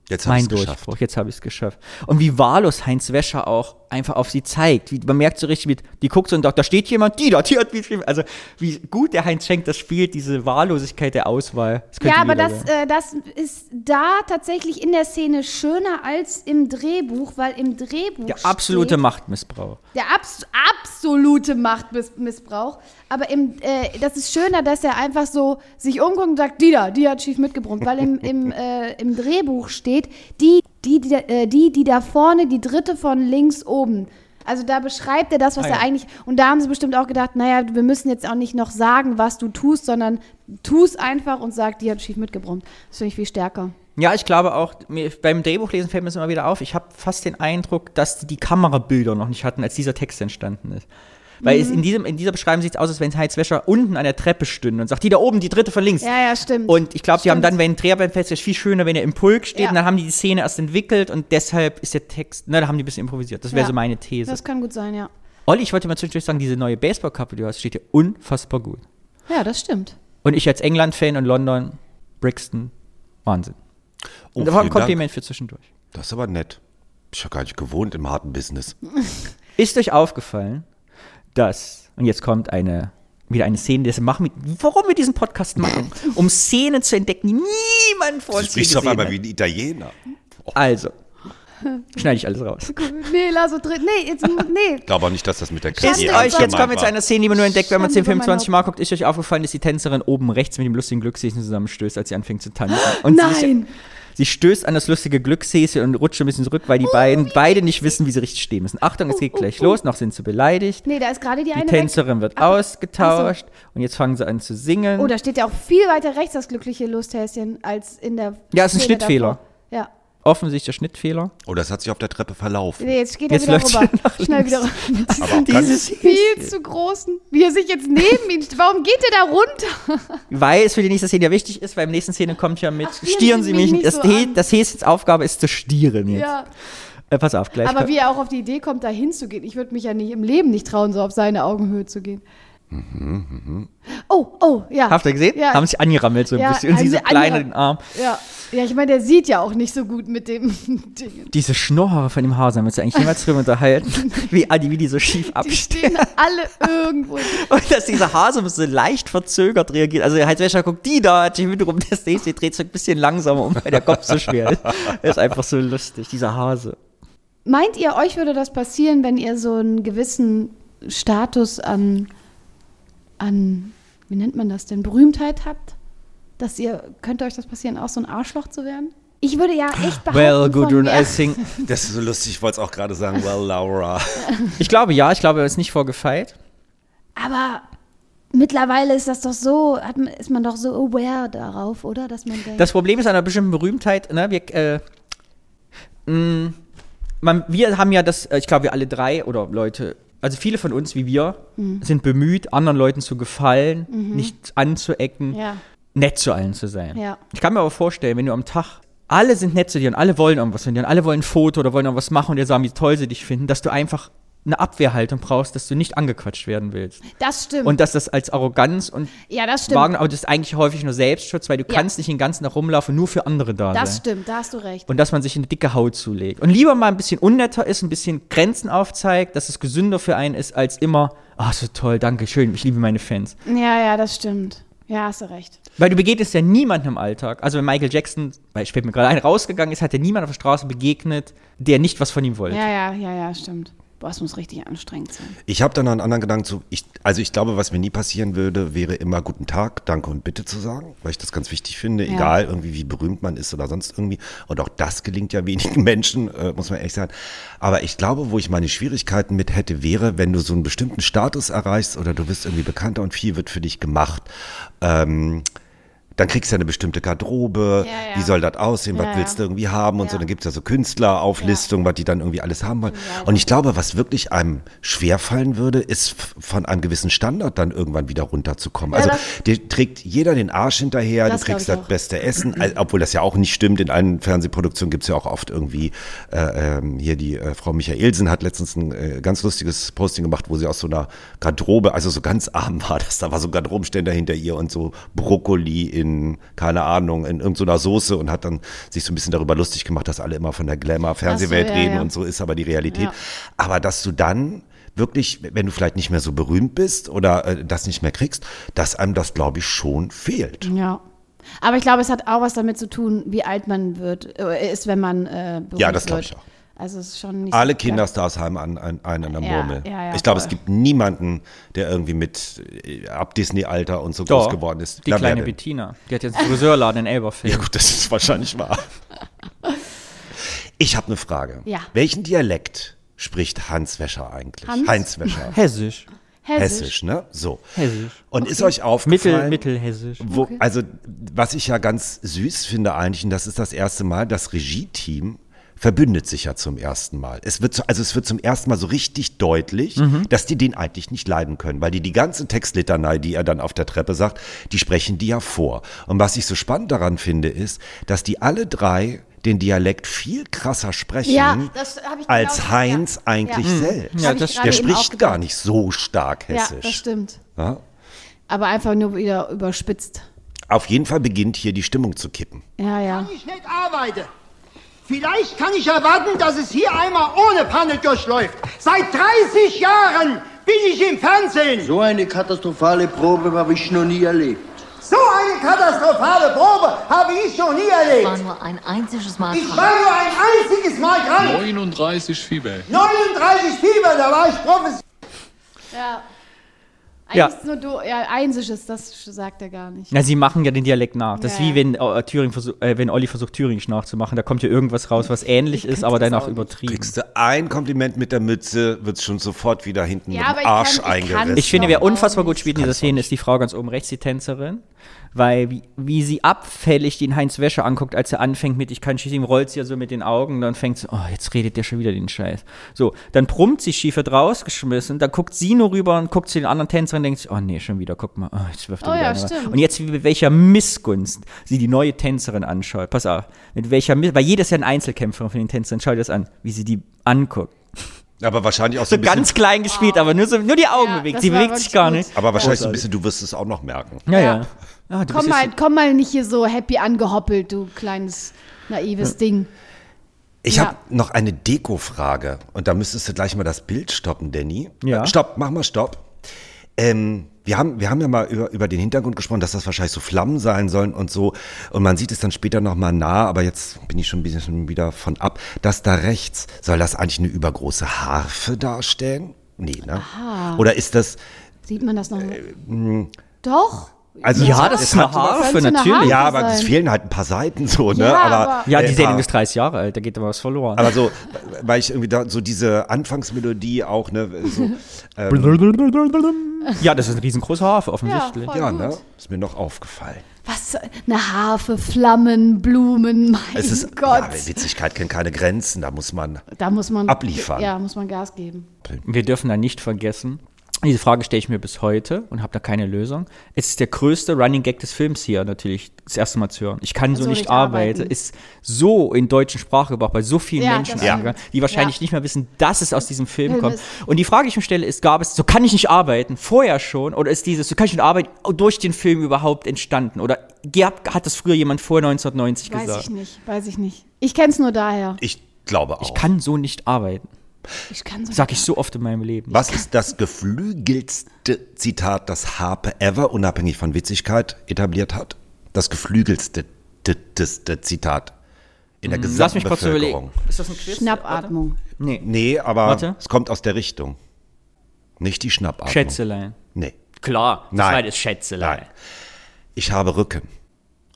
Speaker 1: Jetzt hab
Speaker 4: mein
Speaker 1: ich's geschafft.
Speaker 4: Durchbruch, jetzt habe ich es geschafft. Und wie wahllos Heinz Wäscher auch einfach auf sie zeigt. Wie, man merkt so richtig, wie, die guckt so und sagt, da steht jemand, die da, die hat wie geschrieben. Also wie gut der Heinz Schenk das spielt, diese Wahllosigkeit der Auswahl. Das könnte
Speaker 3: Ja, aber
Speaker 4: jeder
Speaker 3: das,
Speaker 4: sein.
Speaker 3: äh, das ist da tatsächlich in der Szene schöner als im Drehbuch, weil im Drehbuch.
Speaker 4: der absolute
Speaker 3: steht,
Speaker 4: Machtmissbrauch.
Speaker 3: Der abs absolute Machtmissbrauch. Aber im, äh, das ist schöner, dass er einfach so sich umguckt und sagt, die da, die hat schief mitgebrummt. Weil im, im, äh, im Drehbuch steht, die die, die, da- äh, die, die da vorne, die dritte von links oben. Also da beschreibt er das, was
Speaker 4: Ah,
Speaker 3: er
Speaker 4: ja.
Speaker 3: eigentlich. Und da haben sie bestimmt auch gedacht, naja, wir müssen jetzt auch nicht noch sagen, was du tust, sondern tu es einfach und sag, die hat schief mitgebrummt. Das finde ich viel stärker.
Speaker 4: Ja, ich glaube auch, mir, beim Drehbuchlesen fällt mir das immer wieder auf. Ich habe fast den Eindruck, dass die die Kamerabilder noch nicht hatten, als dieser Text entstanden ist. Weil
Speaker 3: Mhm.
Speaker 4: es in, diesem, in dieser Beschreibung sieht es aus, als wenn Heinz Wäscher unten an der Treppe stünde und sagt, die da oben, die dritte von links.
Speaker 3: Ja, ja, stimmt.
Speaker 4: Und ich glaube, die haben
Speaker 3: Stimmt.
Speaker 4: dann, wenn Dreharbeiten feststeht, viel schöner, wenn er im Pulk steht
Speaker 3: Ja.
Speaker 4: und dann haben die die Szene erst entwickelt und deshalb ist der Text, na, da haben die ein bisschen improvisiert. Das wäre
Speaker 3: Ja.
Speaker 4: so meine These.
Speaker 3: Das kann gut sein, ja.
Speaker 4: Olli, ich wollte mal zwischendurch sagen, diese neue Baseballkappe, die du hast, steht dir unfassbar gut.
Speaker 3: Ja, das stimmt.
Speaker 4: Und ich als England-Fan und London, Brixton, Wahnsinn.
Speaker 1: Oh,
Speaker 4: und da war ein
Speaker 1: vielen Dank.
Speaker 4: Kompliment für zwischendurch.
Speaker 1: Das ist aber nett. Ich ja gar nicht gewohnt im harten Business.
Speaker 4: Ist euch aufgefallen, dass, und jetzt kommt eine, wieder eine Szene, das machen wir, warum wir diesen Podcast machen? Um Szenen zu entdecken, die niemand vor
Speaker 1: Du
Speaker 4: uns je
Speaker 1: sprichst
Speaker 4: gesehen
Speaker 1: auf einmal
Speaker 4: hat.
Speaker 1: wie ein Italiener.
Speaker 4: Also, schneide ich alles raus.
Speaker 3: Nee, lass uns drin. Nee, jetzt, nee.
Speaker 1: Ich glaube auch nicht, dass das mit der E
Speaker 4: Ist
Speaker 1: KI
Speaker 4: euch,
Speaker 1: ernst
Speaker 4: jetzt kommen wir
Speaker 1: gemeint
Speaker 4: zu einer Szene, die man nur entdeckt, wenn man
Speaker 3: Schande
Speaker 4: 10,
Speaker 3: über mein
Speaker 4: 25 Mal guckt. Ist euch aufgefallen, dass die Tänzerin oben rechts mit dem lustigen Glückshäschen zusammenstößt, als sie anfängt zu tanzen? Und
Speaker 3: Nein.
Speaker 4: Sie, sie stößt an das lustige Glückshäschen und rutscht ein bisschen zurück, weil die
Speaker 3: Oh
Speaker 4: beiden beide nicht wissen, wie sie richtig stehen müssen. Achtung, es geht gleich los, noch sind sie beleidigt.
Speaker 3: Nee, da ist gerade die
Speaker 4: Die
Speaker 3: Oh, eine
Speaker 4: Tänzerin
Speaker 3: weg.
Speaker 4: wird
Speaker 3: Ach,
Speaker 4: ausgetauscht und jetzt fangen sie an zu singen.
Speaker 3: Oh, da steht ja auch viel weiter rechts das glückliche Lusthäschen als in der.
Speaker 4: Ja, ist ein
Speaker 3: Szene
Speaker 4: Schnittfehler.
Speaker 3: davor. Ja.
Speaker 4: Offensichtlich der Schnittfehler.
Speaker 1: war. Oder es Oh, hat sich auf der Treppe verlaufen.
Speaker 3: Nee, jetzt geht er
Speaker 4: Jetzt
Speaker 3: wieder
Speaker 4: läuft's
Speaker 3: rüber.
Speaker 4: schon nach
Speaker 3: Schnell wieder
Speaker 4: links.
Speaker 3: rüber.
Speaker 1: Aber auch ganz,
Speaker 3: Viel zu großen. Wie er sich jetzt neben ihn. st- Warum geht er da runter?
Speaker 4: Weil es für die nächste Szene ja wichtig ist, weil im nächsten Szene kommt ja mit,
Speaker 3: Ach, stieren
Speaker 4: stieren Sie mich nicht. Das,
Speaker 3: so
Speaker 4: He-
Speaker 3: an.
Speaker 4: das Häschens Aufgabe ist zu stieren jetzt.
Speaker 3: Ja.
Speaker 4: Äh, pass auf, gleich.
Speaker 3: Aber wie er auch auf die Idee kommt, da hinzugehen. Ich würde mich ja nicht im Leben nicht trauen, so auf seine Augenhöhe zu gehen. Oh, oh, ja.
Speaker 4: Mhm, Habt ihr gesehen?
Speaker 3: Ja.
Speaker 4: Haben sich angerammelt so ein
Speaker 3: Ja,
Speaker 4: bisschen. Und
Speaker 3: haben
Speaker 4: sie so
Speaker 3: sie
Speaker 4: klein an
Speaker 3: angeram-
Speaker 4: den Arm.
Speaker 3: Ja, ja ich meine, der sieht ja auch nicht so gut mit dem Ding.
Speaker 4: Diese Schnorrhaare von dem Hasen, haben wir uns eigentlich jemals drüber unterhalten, wie Adi, wie die so schief
Speaker 3: Die
Speaker 4: abstehen.
Speaker 3: stehen alle irgendwo.
Speaker 4: Und dass dieser Hase so leicht verzögert reagiert. Also der Heizwäscher guckt die da, hat sich mit rum, das nächste dreht sich ein bisschen langsamer um, weil der Kopf so schwer ist. Er ist einfach so lustig, dieser Hase.
Speaker 3: Meint ihr, euch würde das passieren, wenn ihr so einen gewissen Status an, an wie nennt man das denn, Berühmtheit habt? Dass ihr, könnte euch das passieren, auch so ein Arschloch zu werden? Ich würde ja echt behaupten
Speaker 4: Well, Gudrun,
Speaker 3: von mir,
Speaker 4: I think.
Speaker 1: das ist so lustig, ich wollte es auch gerade sagen, well, Laura.
Speaker 4: Ich glaube ja, ich glaube, er ist nicht vorgefeilt.
Speaker 3: Aber mittlerweile ist das doch so, hat, man- ist man doch so aware darauf, oder? Dass man denkt,
Speaker 4: Mhm. Das Problem ist an einer bestimmten Berühmtheit, ne, wir, äh, mh, man, wir haben ja das, äh, ich glaube, wir alle drei oder Leute, also viele von uns wie wir,
Speaker 3: Mhm.
Speaker 4: sind bemüht, anderen Leuten zu gefallen, nicht anzuecken,
Speaker 3: Ja.
Speaker 4: nett zu allen zu sein.
Speaker 3: Ja.
Speaker 4: Ich kann mir aber vorstellen, wenn du am Tag alle sind nett zu dir und alle wollen irgendwas von dir und alle wollen ein Foto oder wollen irgendwas machen und dir sagen, wie toll sie dich finden, dass du einfach eine Abwehrhaltung brauchst, dass du nicht angequatscht werden willst.
Speaker 3: das stimmt.
Speaker 4: Und dass das als Arroganz und
Speaker 3: ja, das stimmt.
Speaker 4: wagen, aber das ist eigentlich häufig nur Selbstschutz, weil du
Speaker 3: Ja.
Speaker 4: kannst nicht den ganzen Tag rumlaufen, nur für andere da
Speaker 3: das
Speaker 4: sein.
Speaker 3: stimmt, da hast du recht.
Speaker 4: Und dass man sich eine dicke Haut zulegt. Und lieber mal ein bisschen unnetter ist, ein bisschen Grenzen aufzeigt, dass es gesünder für einen ist, als immer, ah, so toll, danke, schön, ich liebe meine Fans.
Speaker 3: Ja, ja, das stimmt. Ja, hast du recht.
Speaker 4: Weil du begegnest ja niemandem im Alltag. Also wenn Michael Jackson, weil ich fällt mir gerade ein, rausgegangen ist, hat er niemand auf der Straße begegnet, der nicht was von ihm wollte.
Speaker 3: Ja, ja, ja, ja, stimmt. Boah, es muss richtig anstrengend sein.
Speaker 1: Ich habe da noch einen anderen Gedanken zu. Ich, also ich glaube, was mir nie passieren würde, wäre immer guten Tag, danke und bitte zu sagen, weil ich das ganz wichtig finde,
Speaker 3: Ja.
Speaker 1: egal irgendwie wie berühmt man ist oder sonst irgendwie. Und auch das gelingt ja wenigen Menschen, äh, muss man ehrlich sagen. Aber ich glaube, wo ich meine Schwierigkeiten mit hätte, wäre, wenn du so einen bestimmten Status erreichst oder du bist irgendwie bekannter und viel wird für dich gemacht. Ähm, dann kriegst du ja eine bestimmte Garderobe,
Speaker 3: Ja, ja.
Speaker 1: wie soll das aussehen, was
Speaker 3: Ja,
Speaker 1: willst du
Speaker 3: ja.
Speaker 1: irgendwie haben und so,
Speaker 3: Ja.
Speaker 1: dann gibt's ja so Künstlerauflistungen, was die dann irgendwie alles haben wollen. Und ich glaube, was wirklich einem schwerfallen würde, ist f- von einem gewissen Standard dann irgendwann wieder runterzukommen. also dir trägt jeder den Arsch hinterher,
Speaker 3: Das
Speaker 1: du kriegst
Speaker 3: glaub ich
Speaker 1: das
Speaker 3: auch.
Speaker 1: beste Essen, al- obwohl das ja auch nicht stimmt. In allen Fernsehproduktionen gibt's ja auch oft irgendwie, äh, ähm, hier die äh, Frau Michaelsen hat letztens ein äh, ganz lustiges Posting gemacht, wo sie aus so einer Garderobe, also so ganz arm war das, da war so ein Garderobenständer hinter ihr und so Brokkoli in, keine Ahnung, in irgendeiner Soße und hat dann sich so ein bisschen darüber lustig gemacht, dass alle immer von der Glamour-Fernsehwelt
Speaker 3: Ach so, ja,
Speaker 1: reden
Speaker 3: ja.
Speaker 1: und so ist aber die Realität.
Speaker 3: Ja.
Speaker 1: Aber dass du dann wirklich, wenn du vielleicht nicht mehr so berühmt bist oder äh, das nicht mehr kriegst, dass einem das, glaube ich, schon fehlt.
Speaker 3: Ja. Aber ich glaube, es hat auch was damit zu tun, wie alt man wird, äh, ist, wenn man äh, berühmt
Speaker 1: Ja, das glaub
Speaker 3: wird.
Speaker 1: ich auch.
Speaker 3: Also es ist schon nicht
Speaker 1: Alle
Speaker 3: so
Speaker 1: Kinderstars haben einen, einen, einen an der
Speaker 3: Ja,
Speaker 1: Murmel.
Speaker 3: ja, ja,
Speaker 1: ich glaube, es
Speaker 3: voll.
Speaker 1: gibt niemanden, der irgendwie mit äh, ab Disney-Alter und so groß geworden ist.
Speaker 4: Die
Speaker 1: Na, wer
Speaker 4: kleine
Speaker 1: denn?
Speaker 4: Bettina. Die hat jetzt einen Friseurladen in Elberfeld.
Speaker 1: Ja gut, das ist wahrscheinlich wahr. Ich habe eine Frage.
Speaker 3: Ja.
Speaker 1: Welchen Dialekt spricht Hans Wäscher eigentlich?
Speaker 3: Hans?
Speaker 1: Heinz Wäscher.
Speaker 4: Hessisch.
Speaker 3: Hessisch.
Speaker 1: Hessisch, ne? So.
Speaker 4: Hessisch.
Speaker 1: Und ist euch aufgefallen?
Speaker 4: Mittel, mittelhessisch.
Speaker 1: Wo, Also, was ich ja ganz süß finde eigentlich, und das ist das erste Mal, das Regie-Team verbündet sich ja zum ersten Mal. Es wird, so- also es wird zum ersten Mal so richtig deutlich, dass die den eigentlich nicht leiden können, weil die die ganze Textlitanei, die er dann auf der Treppe sagt, die sprechen die ja vor. Und was ich so spannend daran finde, ist, dass die alle drei den Dialekt viel krasser sprechen
Speaker 3: Ja, das hab ich
Speaker 1: als
Speaker 3: genau-
Speaker 1: Heinz
Speaker 3: ja.
Speaker 1: eigentlich
Speaker 3: Ja.
Speaker 1: selbst.
Speaker 4: Ja,
Speaker 3: Hab ich
Speaker 4: das-
Speaker 3: gerade
Speaker 1: Der
Speaker 3: eben
Speaker 1: spricht
Speaker 3: aufgepasst.
Speaker 1: gar nicht so stark hessisch.
Speaker 3: Ja, das stimmt.
Speaker 1: Ja?
Speaker 3: Aber einfach nur wieder überspitzt.
Speaker 1: Auf jeden Fall beginnt hier die Stimmung zu kippen.
Speaker 3: Ja, ja.
Speaker 9: ich nicht arbeite. Vielleicht kann ich erwarten, dass es hier einmal ohne Panne durchläuft. Seit 30 Jahren bin ich im Fernsehen. So eine katastrophale Probe habe ich noch nie erlebt. So eine katastrophale Probe habe ich noch nie erlebt.
Speaker 10: nur ein einziges Mal
Speaker 9: Ich war nur ein einziges Mal krank.
Speaker 11: 39 Fieber.
Speaker 9: 39 Fieber, da war ich Professor.
Speaker 3: Ja. Eigentlich
Speaker 4: Ja.
Speaker 3: ist nur du, ja, einsisches, das sch- sagt er gar nicht.
Speaker 4: Na, sie machen ja den Dialekt nach. Das ist
Speaker 3: Ja,
Speaker 4: wie
Speaker 3: ja.
Speaker 4: wenn, äh, Thüringen versuch, äh, wenn Olli versucht, Thüringisch nachzumachen. Da kommt ja irgendwas raus, was ähnlich ist, aber danach übertrieben.
Speaker 1: Kriegst du ein Kompliment mit der Mütze, wird schon sofort wieder hinten
Speaker 3: Ja,
Speaker 1: mit dem
Speaker 3: aber ich kann-
Speaker 1: Arsch
Speaker 3: ich kann-
Speaker 1: eingerissen.
Speaker 4: Ich finde,
Speaker 3: Doch,
Speaker 4: wer
Speaker 3: auch
Speaker 4: unfassbar
Speaker 3: nicht.
Speaker 4: gut spielt in dieser Szene, ist die Frau ganz oben rechts, die Tänzerin. Weil, wie, wie sie abfällig den Heinz Wäscher anguckt, als er anfängt mit Ich kann schießen, ihm rollt sie ja so mit den Augen, dann fängt sie, oh, jetzt redet der schon wieder den Scheiß. So, dann brummt sie schief, wird rausgeschmissen, dann guckt sie nur rüber und guckt zu den anderen Tänzern und denkt sich, oh nee, schon wieder, guck mal, oh, jetzt wirft er
Speaker 3: Oh
Speaker 4: wieder
Speaker 3: ja,
Speaker 4: eine.
Speaker 3: stimmt.
Speaker 4: Und jetzt, mit welcher Missgunst sie die neue Tänzerin anschaut. Pass auf, mit welcher Miss weil jedes Jahr ein Einzelkämpfer von den Tänzern, schau dir das an, wie sie die anguckt.
Speaker 1: aber wahrscheinlich auch so
Speaker 4: So
Speaker 1: ein bisschen,
Speaker 4: ganz klein gespielt, aber nur, so, nur die Augen
Speaker 3: Ah. Ja,
Speaker 4: bewegt.
Speaker 3: das
Speaker 4: Sie
Speaker 3: war
Speaker 4: bewegt sich
Speaker 3: wirklich
Speaker 4: gar
Speaker 3: gut.
Speaker 4: nicht.
Speaker 1: aber wahrscheinlich so ein bisschen, du wirst es auch noch merken.
Speaker 4: Ja,
Speaker 3: Ja.
Speaker 4: ja. Ah, du
Speaker 3: Komm
Speaker 4: bist
Speaker 3: mal,
Speaker 4: jetzt-
Speaker 3: komm mal nicht hier so happy angehoppelt, du kleines naives Ding.
Speaker 1: Ich
Speaker 3: Ja.
Speaker 1: habe noch eine Deko-Frage und da müsstest du gleich mal das Bild stoppen, Danny.
Speaker 4: Ja.
Speaker 1: Äh, Stopp, mach mal Stopp. Ähm, wir, haben, wir haben ja mal über, über den Hintergrund gesprochen, dass das wahrscheinlich so Flammen sein sollen und so. Und man sieht es dann später nochmal nah, aber jetzt bin ich schon ein bisschen schon wieder von ab. Das da rechts, soll das eigentlich eine übergroße Harfe darstellen? Nee, ne? Oder ist das,
Speaker 3: Sieht man das noch?
Speaker 1: Äh, mm.
Speaker 3: Doch.
Speaker 1: also
Speaker 4: Ja,
Speaker 1: es-
Speaker 4: das
Speaker 1: es
Speaker 4: ist eine
Speaker 1: hat sowas-
Speaker 4: Harfe,
Speaker 3: Könnte eine Harfe
Speaker 4: natürlich.
Speaker 1: Ja, aber es
Speaker 3: sein.
Speaker 1: fehlen halt ein paar Seiten so, ne?
Speaker 3: Ja,
Speaker 1: aber,
Speaker 3: aber-
Speaker 4: Ja, die
Speaker 1: äh,
Speaker 4: Sendung
Speaker 1: ah,
Speaker 4: ist 30 Jahre alt, da geht aber was verloren.
Speaker 1: Aber so, weil ich irgendwie da so diese Anfangsmelodie auch, ne? So,
Speaker 4: ja, das ist ein riesengroßer Hafer, offensichtlich.
Speaker 3: offensichtlich.
Speaker 1: ja, ne? Ist mir noch aufgefallen.
Speaker 3: Was? Eine Harfe, Flammen, Blumen, mein
Speaker 1: Es ist,
Speaker 3: Oh Gott.
Speaker 1: Ja, Witzigkeit kennt keine Grenzen, da muss man.
Speaker 3: da muss man
Speaker 1: abliefern.
Speaker 3: Ja, muss man Gas geben.
Speaker 4: Wir dürfen da nicht vergessen, diese Frage stelle ich mir bis heute und habe da keine Lösung. Es ist der größte Running Gag des Films hier natürlich, das erste Mal zu hören. Ich
Speaker 3: Also
Speaker 4: kann so, nicht, arbeiten. Ist so in deutschen Sprachgebrauch bei so vielen
Speaker 3: Ja,
Speaker 4: Menschen
Speaker 3: das stimmt.
Speaker 4: angegangen, die wahrscheinlich
Speaker 3: Ja.
Speaker 4: nicht mehr wissen, dass es aus diesem Film
Speaker 3: Film
Speaker 4: kommt.
Speaker 3: ist-
Speaker 4: Und die Frage, die ich mir stelle, ist, gab es, so kann ich nicht arbeiten, vorher schon? Oder ist dieses, so kann ich nicht arbeiten, durch den Film überhaupt entstanden? Oder gab- hat das früher jemand vor 1990
Speaker 3: Weiß
Speaker 4: gesagt?
Speaker 3: ich nicht, weiß ich nicht. Ich kenn's nur daher.
Speaker 1: Ich glaube auch.
Speaker 4: Ich kann so nicht arbeiten.
Speaker 3: Ich kann so
Speaker 4: Sag ich so oft in meinem Leben.
Speaker 1: Was ist das geflügelste Zitat, das Harpe ever, unabhängig von Witzigkeit, etabliert hat? Das geflügelste d- d- d- Zitat in der gesamten
Speaker 4: Hm, Lass mich kurz überlegen.
Speaker 1: Bevölkerung.
Speaker 4: Ist das ein Quiz?
Speaker 3: Schnappatmung.
Speaker 4: Nee.
Speaker 1: Nee, aber
Speaker 4: Warte.
Speaker 1: es kommt aus der Richtung. Nicht die Schnappatmung.
Speaker 4: Schätzelein.
Speaker 1: Nee.
Speaker 4: Klar, das
Speaker 1: Nein.
Speaker 4: war das Schätzelein.
Speaker 1: Nein. Ich habe Rücken.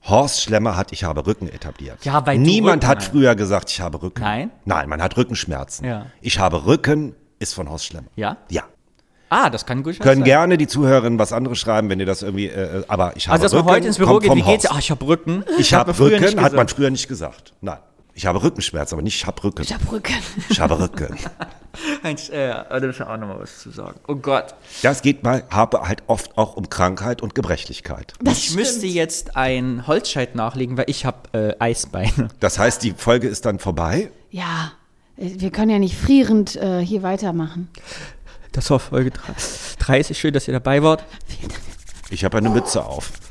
Speaker 1: Horst Schlemmer hat Ich habe Rücken etabliert.
Speaker 4: Ja, weil du
Speaker 1: Niemand
Speaker 4: Rücken
Speaker 1: hat
Speaker 4: hast.
Speaker 1: früher gesagt, ich habe Rücken.
Speaker 4: Nein?
Speaker 1: Nein, man hat Rückenschmerzen.
Speaker 4: Ja.
Speaker 1: Ich habe Rücken ist von Horst Schlemmer.
Speaker 4: Ja?
Speaker 1: Ja.
Speaker 4: Ah, das kann gut
Speaker 1: Können
Speaker 4: sein.
Speaker 1: gerne die Zuhörerinnen was anderes schreiben, wenn ihr das irgendwie, äh, aber ich habe
Speaker 4: Also, dass
Speaker 1: Rücken.
Speaker 4: man heute ins Büro
Speaker 1: kommt
Speaker 4: geht,
Speaker 1: vom
Speaker 4: wie geht's?
Speaker 1: Horst.
Speaker 4: Ah, ich hab Rücken.
Speaker 1: Ich
Speaker 4: Hat
Speaker 1: habe
Speaker 4: man früher
Speaker 1: Rücken,
Speaker 4: nicht
Speaker 1: hat man
Speaker 4: gesagt.
Speaker 1: früher nicht gesagt. Nein. Ich habe Rückenschmerzen, aber nicht ich habe Rücken.
Speaker 3: Ich hab Rücken.
Speaker 1: Ich habe Rücken.
Speaker 4: Heinz, äh, da müssen wir auch nochmal was zu sagen. Oh Gott.
Speaker 1: Das geht bei Harpe halt oft auch um Krankheit und Gebrechlichkeit.
Speaker 4: ich müsste jetzt ein Holzscheit nachlegen, weil ich habe äh, Eisbeine.
Speaker 1: Das heißt, die Folge ist dann vorbei.
Speaker 3: Ja, äh, wir können ja nicht frierend äh, hier weitermachen.
Speaker 4: Das war Folge 30. Schön, dass ihr dabei wart.
Speaker 1: Ich habe eine Mütze auf.